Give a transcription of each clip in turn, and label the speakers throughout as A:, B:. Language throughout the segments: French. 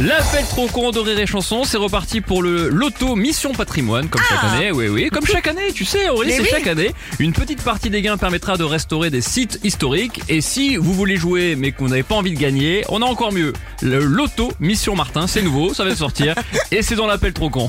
A: L'appel trop con de Rire et Chanson, c'est reparti pour le loto Mission Patrimoine, comme chaque année, oui, oui, comme chaque année, tu sais, Aurélie, c'est chaque année. Une petite partie des gains permettra de restaurer des sites historiques, et si vous voulez jouer mais qu'on n'avez pas envie de gagner, on a encore mieux. Le loto Mission Martin, c'est nouveau, ça va sortir, et c'est dans l'appel trop con.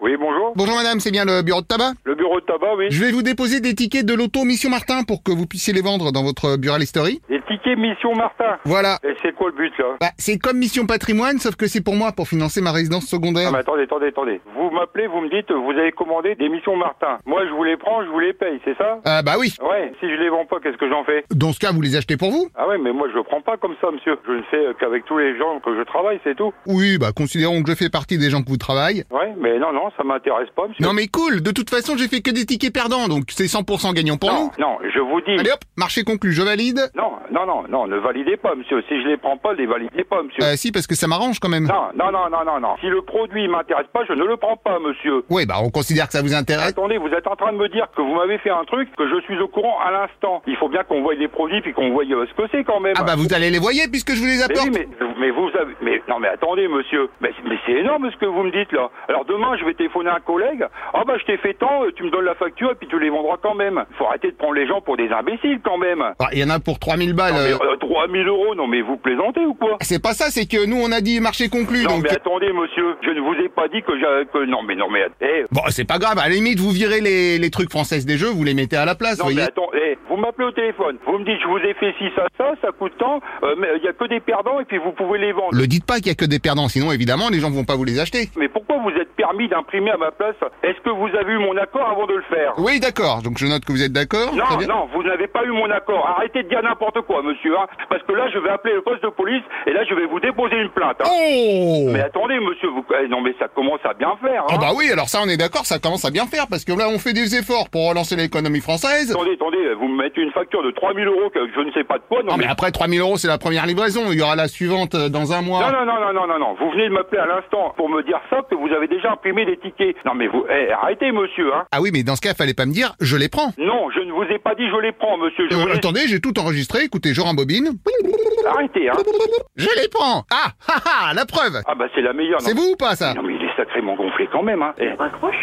B: Oui, bonjour.
C: Bonjour madame, c'est bien le bureau de tabac
B: Le bureau de tabac, oui.
C: Je vais vous déposer des tickets de l'auto Mission Martin pour que vous puissiez les vendre dans votre buralisterie.
B: Des tickets Mission Martin.
C: Voilà.
B: Et c'est quoi le but, là
C: Bah, c'est comme Mission Patrimoine, sauf que c'est pour moi, pour financer ma résidence secondaire.
B: Non, Ah, mais attendez, attendez, attendez. Vous m'appelez, vous me dites, vous avez commandé des missions Martin. Moi, je vous les prends, je vous les paye, c'est ça
C: Ah bah oui.
B: Ouais, si je les vends pas, qu'est-ce que j'en fais
C: Dans ce cas, vous les achetez pour vous
B: Ah ouais, mais moi, je le prends pas comme ça, monsieur. Je ne fais euh, qu'avec tous les gens que je travaille, c'est tout.
C: Oui, bah considérons que je fais partie des gens que vous travaillez.
B: Ouais, mais non, non, ça m'intéresse pas, monsieur.
C: Non mais cool, de toute façon j'ai fait que des tickets perdants, donc c'est 100% gagnant pour
B: non, Hmm.
C: nous.
B: non, je vous dis...
C: Allez hop, marché conclu, je valide.
B: Non, non, non, non, ne validez pas, monsieur. Si je les prends pas, les validez pas, monsieur.
C: Euh, si, parce que ça m'arrange quand même.
B: Non, non, non, non, non, non. Si le produit m'intéresse pas, je ne le prends pas, monsieur.
C: Ouais, bah on considère que ça vous intéresse.
B: Attendez, vous êtes en train de me dire que vous m'avez fait un truc que je suis au courant à l'instant. Il faut bien qu'on voie les produits puis qu'on voie euh, ce que c'est quand même.
C: Ah bah vous allez les voyer puisque je vous les
B: mais
C: apporte.
B: oui, mais, mais vous avez, mais non, mais attendez, monsieur. Mais, mais c'est énorme ce que vous me dites là. Alors demain, je vais téléphoner à un collègue. Ah bah je t'ai fait tant, euh, tu me donnes la facture et puis tu les vendras quand même. Faut arrêter de prendre les gens pour des imbéciles quand même.
C: Ah, Il y en a pour 3000 balles.
B: Non, mais,
C: euh.
B: euh, 3000 euros, non mais vous plaisantez ou quoi
C: C'est pas ça, c'est que nous on a dit marché conclu,
B: Non
C: donc...
B: mais attendez, monsieur. Je ne vous ai pas dit que j'avais que non mais non mais eh,
C: Bon, c'est pas grave, à la limite vous virez les, les trucs françaises des jeux, vous les mettez à la place,
B: Non
C: voyez.
B: mais attends, eh, vous m'appelez au téléphone, vous me dites je vous ai fait ci, ça, ça, ça coûte tant, euh, mais il y a que des perdants et puis vous pouvez les vendre.
C: Le dites pas qu'il y a que des perdants, sinon évidemment les gens vont pas vous les acheter.
B: Mais pourquoi vous êtes permis d'imprimer à ma place Est-ce que vous avez eu mon accord avant de le faire
C: Oui, d'accord, donc je note que vous êtes d'accord. très
B: Non,
C: bien.
B: non, vous n'avez pas eu mon accord. Arrêtez de dire n'importe quoi, monsieur, hein, parce que là je vais appeler le poste de police et là je vais vous déposer une plainte. hein.
C: Oh
B: Mais attendez, monsieur, vous... eh, non mais ça commence à bien faire.
C: Ah
B: hein.
C: bah oui, alors ça on est d'accord, ça commence à bien faire, parce que là on fait des efforts pour relancer l'économie française.
B: Attendez, attendez, vous me mettez une facture de 3000 euros que je ne sais pas de quoi. Non,
C: Non Ah, mais après 3000 euros c'est la première livraison, il y aura la suivante euh, dans un
B: Non,
C: mois.
B: non, non, non, non, non, non. Vous venez de m'appeler à l'instant pour me dire ça, que vous avez déjà imprimé des tickets. Non, mais vous, eh, arrêtez, monsieur, hein.
C: Ah oui mais dans ce cas fallait pas me dire je les prends.
B: Non, je ne vous ai pas dit je les prends, monsieur. Je
C: Euh,
B: vous ai-
C: attendez, j'ai tout enregistré, écoutez, je rembobine.
B: Arrêtez, hein.
C: Je les prends Ah ah ah La preuve
B: Ah, bah, c'est la meilleure. non.
C: C'est vous ou pas ça
B: Non, mais il est sacrément gonflé quand même, hein. Eh.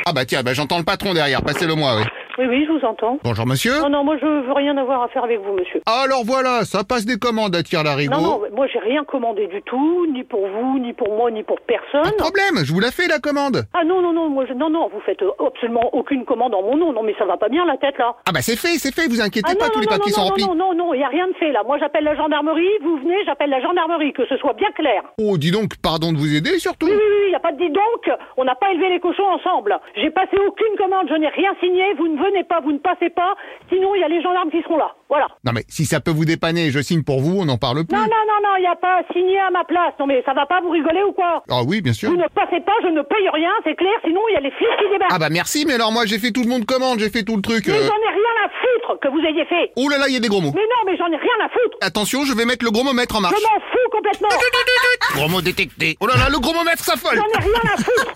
C: Ah bah tiens, bah j'entends le patron derrière, passez-le moi, oui.
D: Oui, oui, je vous entends.
C: Bonjour monsieur.
D: Non, non, moi je veux rien avoir à faire avec vous, monsieur.
C: Alors voilà, ça passe des commandes à tir l'arigot.
D: Non, non, moi j'ai rien commandé du tout, ni pour vous, ni pour moi, ni pour personne.
C: Problème, je vous la fais la commande.
D: Ah non, non, non, moi je... non, non, vous faites euh, absolument aucune commande en mon nom. Non, mais ça va pas bien la tête là.
C: Ah bah c'est fait, c'est fait, vous inquiétez
D: Ah
C: pas,
D: non,
C: tous
D: non,
C: les
D: non,
C: papiers
D: non,
C: sont
D: non,
C: remplis.
D: non, non, non, il y a rien de fait là. Moi j'appelle la gendarmerie, vous venez, j'appelle la gendarmerie, que ce soit bien clair.
C: Oh dis donc, pardon de vous aider surtout.
D: Oui, oui, oui, il n'y a pas de dis donc, on n'a pas élevé les cochons ensemble. J'ai passé aucune commande, je n'ai rien signé, vous ne venez pas, vous ne passez pas, sinon il y a les gendarmes qui seront là. Voilà.
C: Non mais si ça peut vous dépanner, je signe pour vous, on n'en parle plus.
D: Non, non, non, non, il n'y a pas signé à ma place. Non mais ça va pas, vous rigolez ou quoi
C: Ah oui, bien sûr.
D: Vous ne passez pas, je ne paye rien, c'est clair, sinon il y a les flics qui débarquent.
C: Ah bah merci, mais alors moi j'ai fait tout le monde commande, j'ai fait tout le truc.
D: Mais
C: euh.
D: j'en ai rien à foutre que vous ayez fait.
C: Oh là là, il y a des gros mots.
D: Mais non, mais j'en ai rien à foutre.
C: Attention, je vais mettre le gros-mot-mètre en
D: Je
C: marche.
D: m'en fous complètement.
E: Gros mot détecté
C: Oh là là, le gros-mot-mètre s'affole.
D: J'en ai rien à foutre.